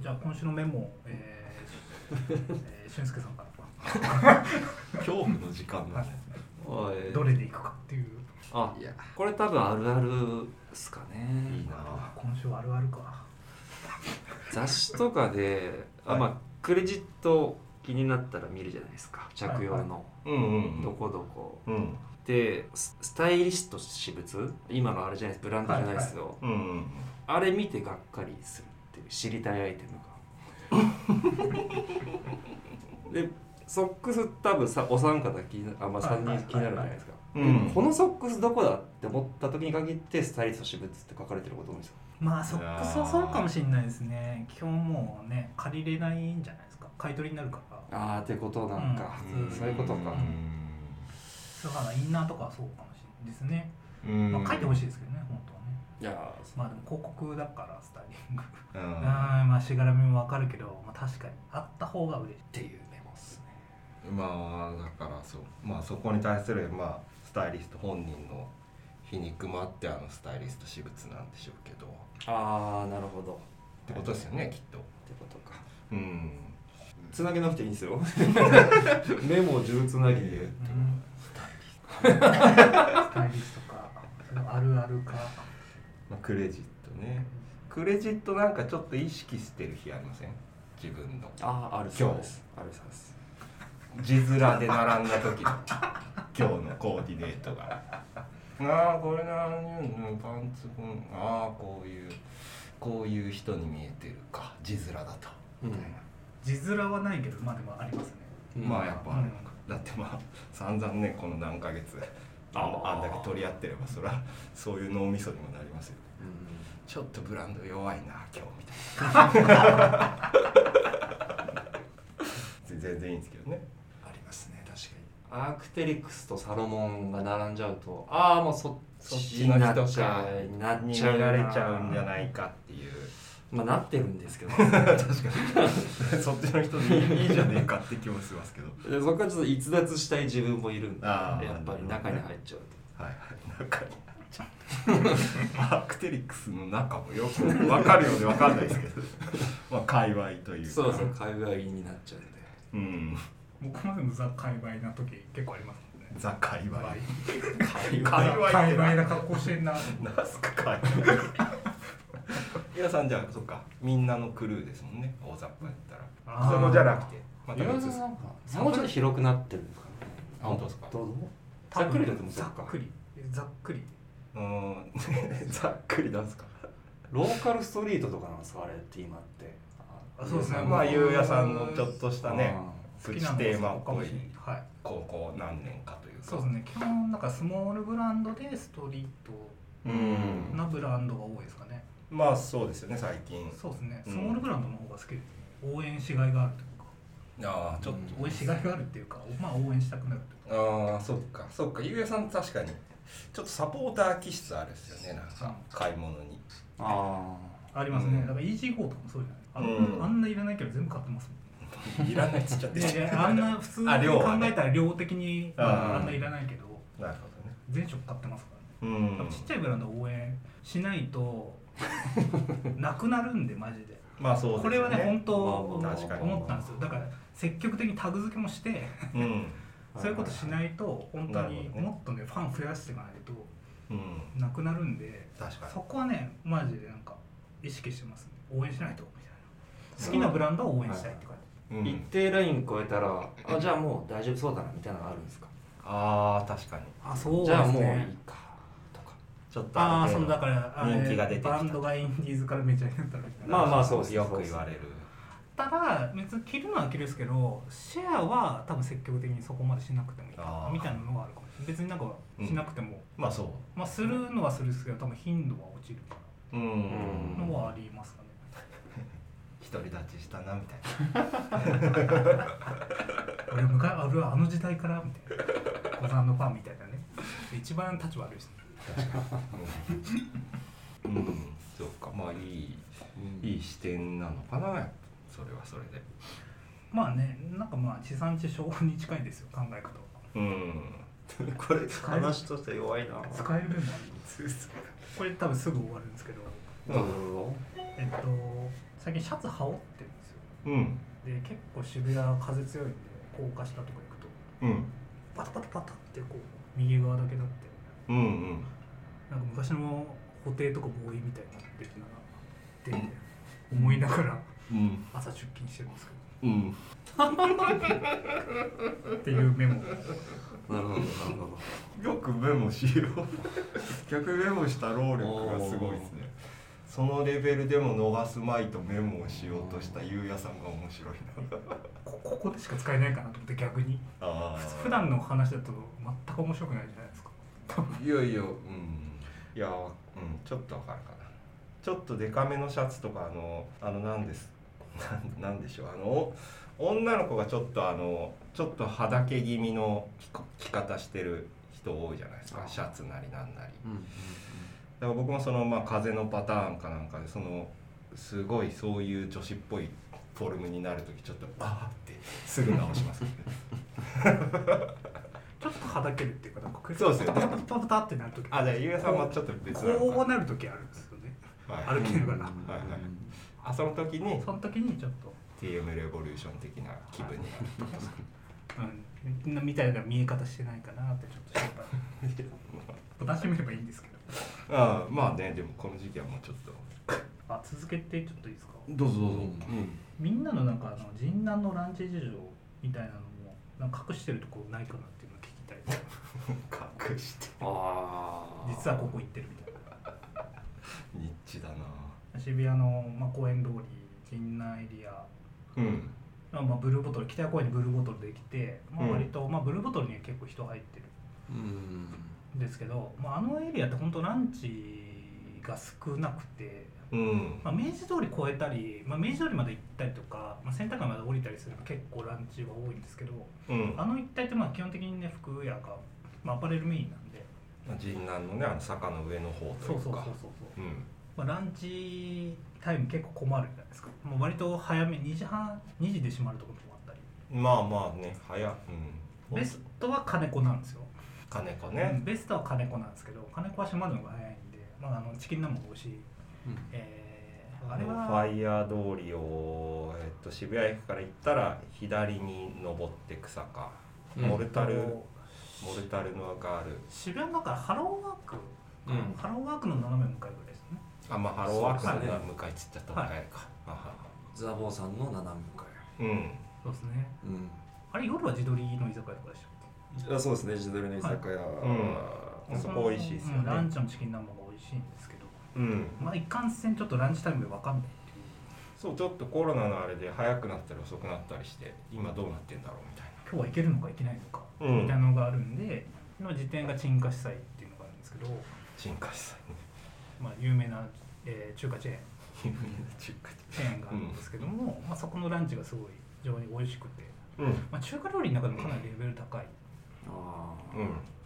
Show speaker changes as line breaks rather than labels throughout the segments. じゃあ今週のメモ、えーえー、俊介さんから
恐怖の時間だ、
はい
おい
どれでいくかっていう
あ
いや
これ多分あるあるっすかね
いいな
今週はあるあるか
雑誌とかで、
は
あ
い
まあクレジット気になったら見るじゃないですか着用の、
うんうん
どこどこ
うん
でススタイリスト私物今のあれじゃないですブランドじゃないですよ、
うんうん
あれ見てがっかりするっていう知りたいアイテムがでソックス多分さお三方気になあ、まあ、
はい
3人気になるじゃないですか、
うん
でこのソックスどこだって思った時に限ってスタイリスト私物って書かれてること多いんですよ
まあソックスはそうかもしれないですね基本もうね借りれないんじゃないですか買い取りになるから
ああってことなんか、
うん
そういうことか、
だからインナーとかはそうかもしれないですね、
うん
まあ、書いてほ
しい
しいですけどね本当はね
いやーそ
まあでも広告だからスタイリング
う
うん
ん
まあしがらみもわかるけど、まあ、確かにあった方が嬉しい
っていうメモっすね
まあだからそうまあそこに対するまあスタイリスト本人の皮肉もあってあのスタイリスト私物なんでしょうけどっ
ああなるほど
てことですよねきっと
ってことか
うん
つなげなくていいんです よメモを10つなぎで
うん スタイリストかそれあるあるか
まあ、クレジットねクレジットなんかちょっと意識してる日ありません自分の
あああるそうですあるそうです
字面で並んだ時 の今日のコーディネートがああこれなうんパンツうんああこういうこういう人に見えてるか字面だと、
うん
みたいな
字面はないけどまあでもありますね
まあやっぱあれのか、
う
だってまあ散々ねこの何ヶ月
あ
あ
ー
あんだけ取り合ってればそりゃそういう脳みそにもなりますよ
うん
ちょっとブランド弱いな今日みたい な全然いいんですけどね
ありますね確かにアークテリクスとサロモンが並んじゃうとああもうそっ
そっ
ち
ち
に
の
なっ
人
ちゃ
か
うになっ
に
ちゃう
ら
な
れちゃうんじゃないかっていう
まあなってるんです けど
確かに そっちの人でいいいいじゃねえかって気もしますけど
でそこはちょっと逸脱したい自分もいるんで
あ
や
ー
っぱり中に入っちゃう
はいはい中にちょっとアークテリクスの中もよく分かるようで分かんないですけどまあ界隈という
と
か
そうそう会話になっちゃうんで
うん
僕までのザ界隈な時結構ありますもんね
ザ界隈
会
界隈
界隈な格好してんな
なんすか界隈皆さんじゃあそっかみんなのクルーですもんね大雑把やった
あー
らそのじゃなくてまた
岩
別
田
です
さんかもうちょっと広くなってるのか
あ本当ですか
などうぞざっくりだと思う
ざ
か
っくりざっくり
うーん ざっくりなんすか
ローカルストリートとかなんですかあれって今って
あそうですね
まあゆうやさんのちょっとしたね
好
プ
き
チ
なの
テ
が
ーマ
そ
っ
うか
ぽ
も
い
しれないはい
高校何年かというか
そうですね基本なんかスモールブランドでストリー
う
ト
ん
なブランドが多いですかね
まあそうですよね最近
そうですね
う
ス
ん
モールブランドの方が好きですね応援しがいがあるというか
ああちょっ
うん
応援しがいがあるっていうかまあ応援したくなるというか
と、ああそっかそっかゆうやさん確かにちょっとサポーター気質あるですよねなんか買い物に
あ
ありますね、
うん
だからイージーゴーとかもそうじゃないあ,、
うん
ん、あんないらないけど全部買ってますもん
いらないっつっちゃって
いやいやあんな普通に
あ量
考
はね
えたら量的に
あー
まああんないらないけど
なる
全色買ってますからね
ほどねう
やっぱちっちゃいブランド応援しない となくなるんでマジで
まあそうです
これはね本当
ま
あ確かに
思ったんですよだから積極的にタグ付けもして
うん
あ
そういうことしないと本当
なる
に
ほどね
もっとねファン増やしていかないと
うん
なくなるんで
確か
そこはねマジでなんか意識してますね応援しないとみたいな好きなブランドを応援したいって感じ
に、
一定ライン超えたらあじゃあもう大丈夫そうだなみたいなのがあるんですか
ああ確かに
あそ
じゃあもういいかとか
ちょっと
ああ
る
その
程度
だからあれ
人気が出てきた
バンドがインディーズからめちゃになったみたいな
まあまあそうです
よく言われる
ただ別に着るのは着るですけどシェアは多分積極的にそこまでしなくてもいいか
あ
な
ー
みたいなのはあるかもしれない別になんかしなくても、
まあそ
まあするのはするんですけど多分頻度は落ちるか
ううん、
ん
なのはありますかね、
独り立ちしたなみたい
俺は昔あ俺はあの時代からみたいな小山のファンみたいなね一番立ち悪いですね
なうん、うん、そうかまあいいいい視点なのかなやっぱそれはそれで
まあねなんかまあ地産地消に近いですよ考え方は
うん
これ話として弱 いな
使える面もあるこれ多分すぐ終わるんですけど
どうぞ
えっと最近シャツ羽織ってるんですよ
うん
で結構渋谷は風強いんで高架下とか行くと
うん
パタパタパタってこう右側だけなって
うんうん
なんか昔の布袋とかボーイみたいになってるなって思いながら
うん
朝出勤してるんですけ
うん
どっていうメモ
なるほどなるほど
よくメモしよう逆メモした労力がすごいですねそのレベルでも逃すまいとメモをしようとしたゆうやさんが面白いな
こここでしか使えないかなと思って逆に
あ
ふ
ー
普段の話だと全く面白くないじゃないですか
いやいやうんいやうんちょっとわかるかなちょっとデカめのシャツとかあのあのなんです なんなんでしょうあのお女の子がちょっとあのちょっとはだけ気味の着こ着方してる人多いじゃないですかシャツなりなんなり
うんうん
だから僕もそのまあ風のパターンかなんかでそのすごいそういう女子っぽいフォルムになる時ちょっとあーってすぐ直します
ちょっとはだけるっていうかなんか
そうですよ
パ
ね
タパタパタパタってなるとき
あじゃあゆうやさんはちょっと別なの
こう
か
なるときあるんですよね
な、
歩きながら
はいはいあその時に
その時にちょっと
TM レボリューション的な気分になる
うんみたいな見え方してないかなってちょっと心配楽しめればいいんですけど
ああまあねでもこの時期はもうちょっと
あ続けてちょっといいですか
どうぞど
うぞ
ん
みんなのなんかあの人南のランチ事情みたいなのもなんか隠してるとこないかなっていうのを聞きたいです
隠して
ああ
実はここ行ってるみたいな
ニッチだな
渋谷の、まあ、公園通り陣内エリア
うん
まあ、まあブルーボトル北谷公園にブルーボトルできて、まあ、
うん
割と、まあ、ブルーボトルには結構人入ってる
うん
んですけど、まあ、あのエリアって本当ランチが少なくて、
うん
まあ、明治通り越えたり、まあ、明治通りまで行ったりとか、まあ、センター街まで降りたりすると結構ランチは多いんですけど
うん
あの一帯ってまあ基本的にね服屋が、まあ、アパレルメインなんで
まあ神南のねあの坂の上の方と
そ
いうう
そうそうそう
か
そう、
うん
まあ、ランチタイム結構困るじゃないですかもう割と早め2時半2時で閉まるところもあったり
まあまあね早うん
ベストは金子なんですよ
金子
う
ね
んベストは金子なんですけど金子は閉まるのが早いんで、まあ、あのチキンナンも美味しい、
うん
えー、あ
あ
れ
のフ
は
ァイヤー通りを、えっと、渋谷駅から行ったら左に登って草か、
うん
モルタル
えっ
モ
と
ルタルのがある
渋谷の中ハローワーク、
うん
ハローワークの斜め向かいぐらいですね
あまあハローワーク
そう
さ
ですね
んが向かいつっちゃったら帰るか、あはは
ザボーさんの斜め向かい
うん
そうですね
うん
あれ夜は自撮りの居酒屋とかでし
あそうですね地鶏の居酒屋、
ょ
うんそこ美味しいですよね
うんランチのチキンナンも美味しいんですけど
うん
まあいかんせんちょっとランチタイムで分かんない
そうちょっとコロナのあれで早くなったり遅くなったりして今どうなってんだろうみたいな
今日は行けるのか行けないのか
うん
みたいなのがあるんでの時点が鎮火祭っていうのがあるんですけど、
進化したね
まあ、有名な、えー中華チェーン
有名な中華
チェーンがあるんですけども、まあ、そこのランチがすごい非常に美味しくて、
うん
まあ、中華料理の中でもかなりレベル高い
あ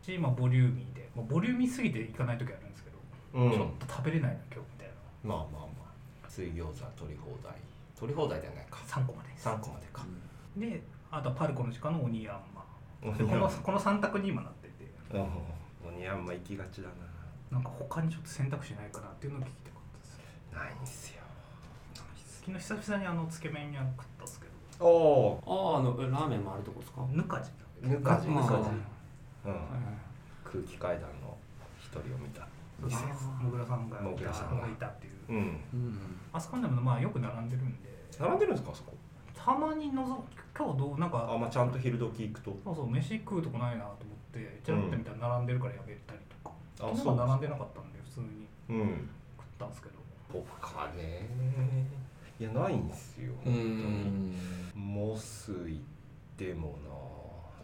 し、まあ、ボリューミーで、まあ、ボリューミーすぎていかない時あるんですけど、
うんう
ち
ん
ょっと食べれないな今日みたいな
まあまあまあ水餃子取り放題取り放題じゃないか
3個までです
3個まで
あ
か、
であとはパルコの鹿のオニヤンマ
うん、
でこのこの3択に今なってて
おにあんま行きがちだ
なんか他にちょっと選択肢ないかなっていうのを聞きたかったです
なないんすよ
昨日久々にあのつけ麺屋食ったんですけど
おお
あーあのえラーメンもあるとこですか
ぬかじ
ぬかじ
ま
ぬ
あ
か
はい
じ、うん、
はい
空気階段の一人を見た
そうですもぐらさんが
もぐらさんが
もいたっていう、
うん
うん
あそこにでもまあよく並んでるんで
並んでるんですかあそこ
たまにのぞ今日どうなん
あ
か
まあちゃんと昼時行くと
そうそう飯食うとこないなと思ってちらっと見たら並んでるからやめたりとか、
あ
昨日は並んでなかったんで普通に
うん
食ったんですけど
僕かねいやないんすよ
う
本
ん
当にモス行っても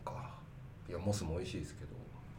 なーかいやモスも美味しいですけど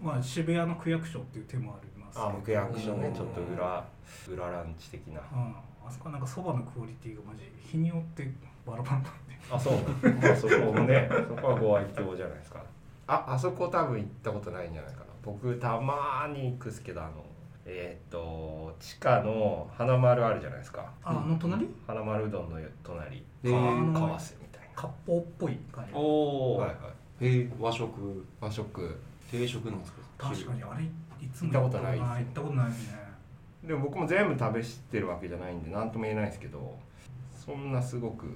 まあ渋谷の区役所っていう手もありますけど
あ区役所
う
ね
ん
ちょっと裏裏ランチ的な
うんあそこはなんかそばのクオリティがマジ日によってバラバラなんで
あ そうなんだまあそこもねそこはご愛嬌じゃないですかああそこ多分行ったことないんじゃないかな僕たまーに行くっすけどあのえーっと地下の花丸あるじゃないですか
ああの隣
花丸うどんの隣
えー
かわすみたい
割烹っぽい感じ
お
な
お、
はいはい
へえ和食
和食
定食なんですか
確かにあれいつも
行ったことないです
行ったことないですね
でも僕も全部食べしてるわけじゃないんで何とも言えないんですけどそんなすごくっ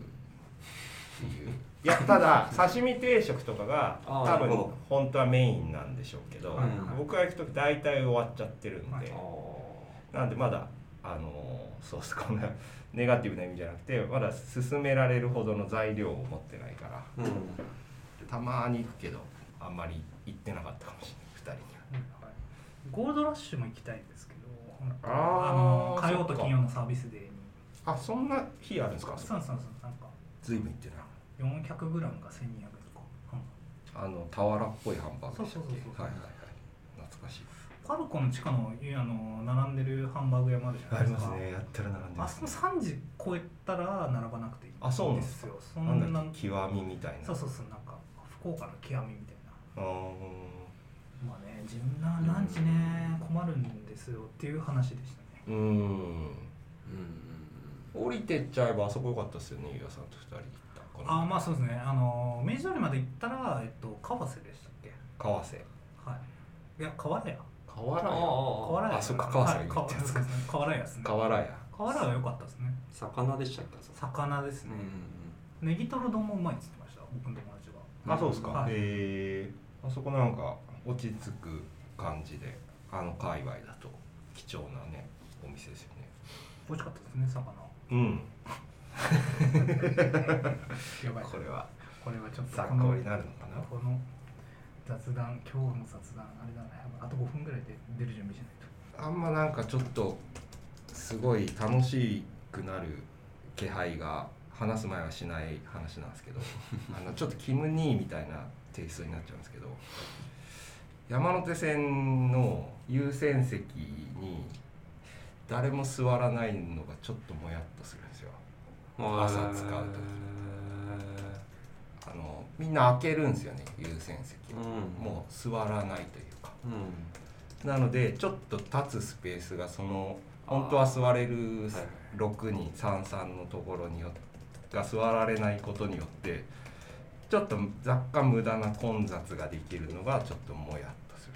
ていういやた だ刺身定食とかが
あー
多
なる
分
ほど
本当はメインなんでしょうけ
は
ど、
い
はい
僕が行く時大体終わっちゃってるんで、
はい
なんでまだあのーそうっすこんな ネガティブな意味じゃなくてまだ勧められるほどの材料を持ってないから
うん
たまに行くけどあんまり行ってなかったかもしれない2人には。
ゴールドラッシュも行きたいんですけど
あー
の火
そ
曜
っか
と金曜のサービスデーに
あそんな日あるんですか
そうそうそうなんか
ずいぶん行ってるな
400g が1200円とか、うん
あの俵っぽいハンバーグでしたっけ
そうそうそうそう
はいはいはい懐かしい
パルコの地下のいあの並んでるハンバーグ屋もあるじゃないですか
やったら並ん
あそこ3時超えたら並ばなくていい
あそうなん
ん
で
ですす
か
よそんな
なんだっけ極みみたいな
そうそうそうなんか福岡の極みみたいな
うーん
まあね自分なランチね困るんですよっていう話でしたね
うーん
うん
降りてっちゃえばあそこ良かったですよねゆうやさんと二人行ったこの
あまあそうですねあの明治通りまで行ったらえっと川瀬でしたっけ
川瀬
はいいや河原屋
河
あ
原屋
河
あああ
原屋
あそっか河瀬が言
川
って
瀬
るやつ
ですね河原屋ですね
河原屋
河原屋良かったですね
魚でしたっけあそこ
魚ですね、ネギトロ丼もうまいって言ってました僕の友達が
あそうですか、
はい
へえあそこなんか落ち着く感じであの界隈だと貴重なねお店ですよね
美味しかったですね魚
うん
やばい
これは
これはちょっと
参
こ
考
の
になるのかな
この雑談今日の雑談あれだなやばいあと5分ぐらいで出る準備しないと
あんまなんかちょっとすごい楽しくなる気配が話す前はしない話なんです けどあのちょっとキム・ニーみたいなテイストになっちゃうんですけど山手線の優先席に誰も座らないのがちょっともやっとするんですよ
うん
朝使う時あのみんな開けるんですよね優先席
う
を
ん、
もう座らないというか
うん、
なのでちょっと立つスペースがその本当は座れる
はい
6人33のところによってが座られないことによってちょっと若干無駄な混雑ができるのがちょっともやっとする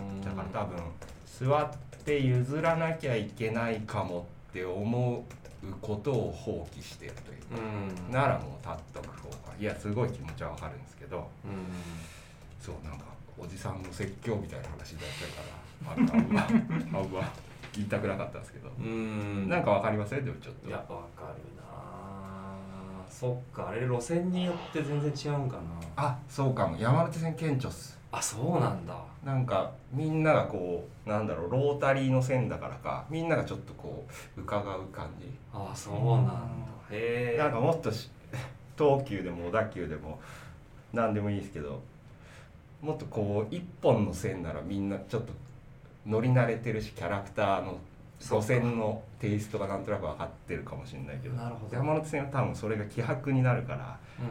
うん
だから多分座って譲らなきゃいけないかもって思うことを放棄してるという
う
か、
ん
ならもう立っとく方がいやすごい気持ちはわかるんですけど
うん
そうなんかおじさんの説教みたいな話になっちゃうか らあんまあんま言いたくなかったんですけど、
うん
なんかわかりませんでもちょっと
いやわかるなそっかあれ路線によって全然違うんかなあ
あそうかも山手線顕著っす
そうなんだ
なんかみんながこうなんだろうロータリーの線だからかみんながちょっとこう伺う感じ
あそうなんだへえ
なんかもっとし東急でも小田急でも何でもいいですけどもっとこう一本の線ならみんなちょっと乗り慣れてるしキャラクターの
そう
路
か
線のテイストがなんとなく分かってるかもしれないけど
なるほど
山手線は多分それが希薄になるから
うん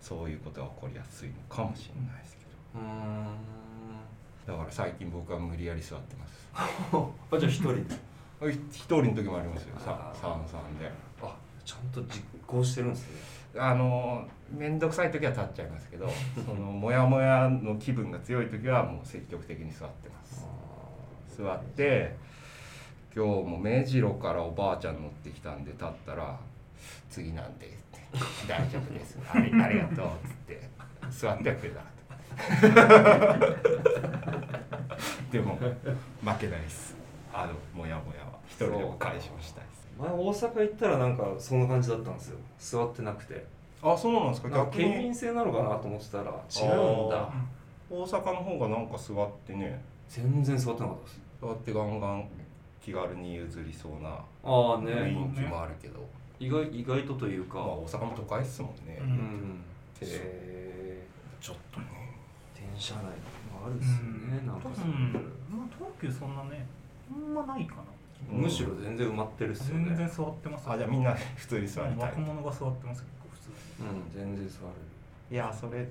そういうことが起こりやすいのかもしれないですけ
うーん
どだから最近僕は無理やり座って ます
あじゃあ一人で
あい一人の時もありますよさ
あー
三三で
あちゃんと実行してるんですね
あの面倒くさい時は立っちゃいますけ どそのモヤモヤの気分が強い時はもう積極的に座ってます座って今日も目白からおばあちゃん乗ってきたんで立ったら「次なんで」って「大丈夫 ですありありがとう」っつって座ってはくれ なかったでも負けないですあのモヤモヤは一人でも解消したいです
前大阪行ったらなんかそんな感じだったんですよ座ってなくて
あそうなんですか
なんか
逆
県
に
民性なのかなと思ってたら違うんだ
あ大阪の方がなんか座ってね
全然座ってなかったです
だってガンガン気軽に譲りそうな
ああね
雰囲気もあるけど、
意外意外とというか
まあ大阪も都会っすもんね、
う
うんんへ
ちょっとね
ー電車内もあ
う
る
ん
ですよねなんか
多
そう
分、まあ、東急そんなねあんまないかな
むしろ全然埋まってるっすよね
全然座ってます
あじゃあみんな普通に座りたい
若者が座ってます結構普通に
うん全然座れる
いやそれうんいい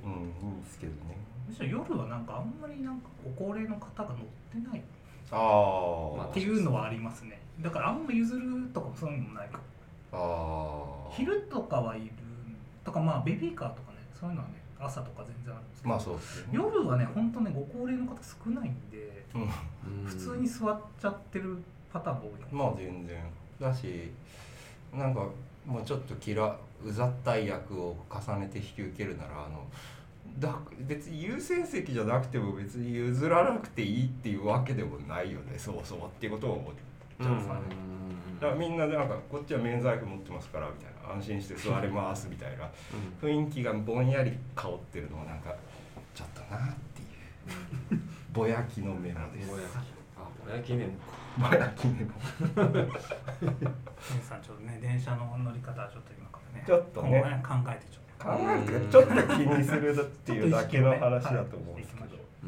んですけどね
むしろ夜はなんかあんまりなんかご高齢の方が乗ってないっ
あー、
まあ
ていうのはありますねだからあんま譲るとかもそういうのもないかも
あー
昼とかはいるとかまあベビーカーとかねそういうのはね朝とか全然あるんですけど、
まあそうですよね
夜はねほんとねご高齢の方少ないんで
うん
普通に座っちゃってるパターンが多いかも
まあ全然だしなんかもうちょっときらうざったい役を重ねて引き受けるならあのだ別に優先席じゃなくても別に譲らなくていいっていうわけでもないよねそもそもっていうことを思っちゃうんですかね。だからみんななんかこっちは免罪符持ってますからみたいな安心して座れますみたいな雰囲気がぼんやり香ってるのもなんかちょっとなっていうぼやきのメモです
ぼやきあぼやきメモか
ぼやきメモ
皆さんちょっとね電車の乗り方はちょっと今からね
ちょっとね
今後考えてちょっ
考えるけどちょっと気にするっていうだけの話だと思うんですけど
う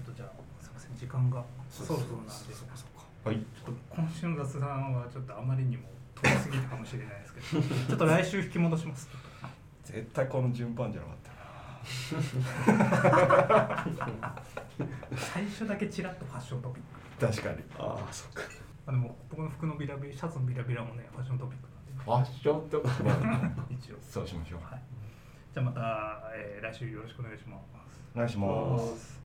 とちょっとじゃあすいません時間がそろそろなんで
そうそうそうか
はい
ちょっと今週の雑談はちょっとあまりにも遠すぎたかもしれないですけど ちょっと来週引き戻します
絶対この順番じゃなかったな
最初だけちらっとファッショントピック
確かに
ああそっか
あでも僕の服のビラビラシャツのビラビラもねファッショントピックなんで
ファッションとか
一応
そうしましょう
はいじゃあまた、えー来週よろしくお願いします
お願いします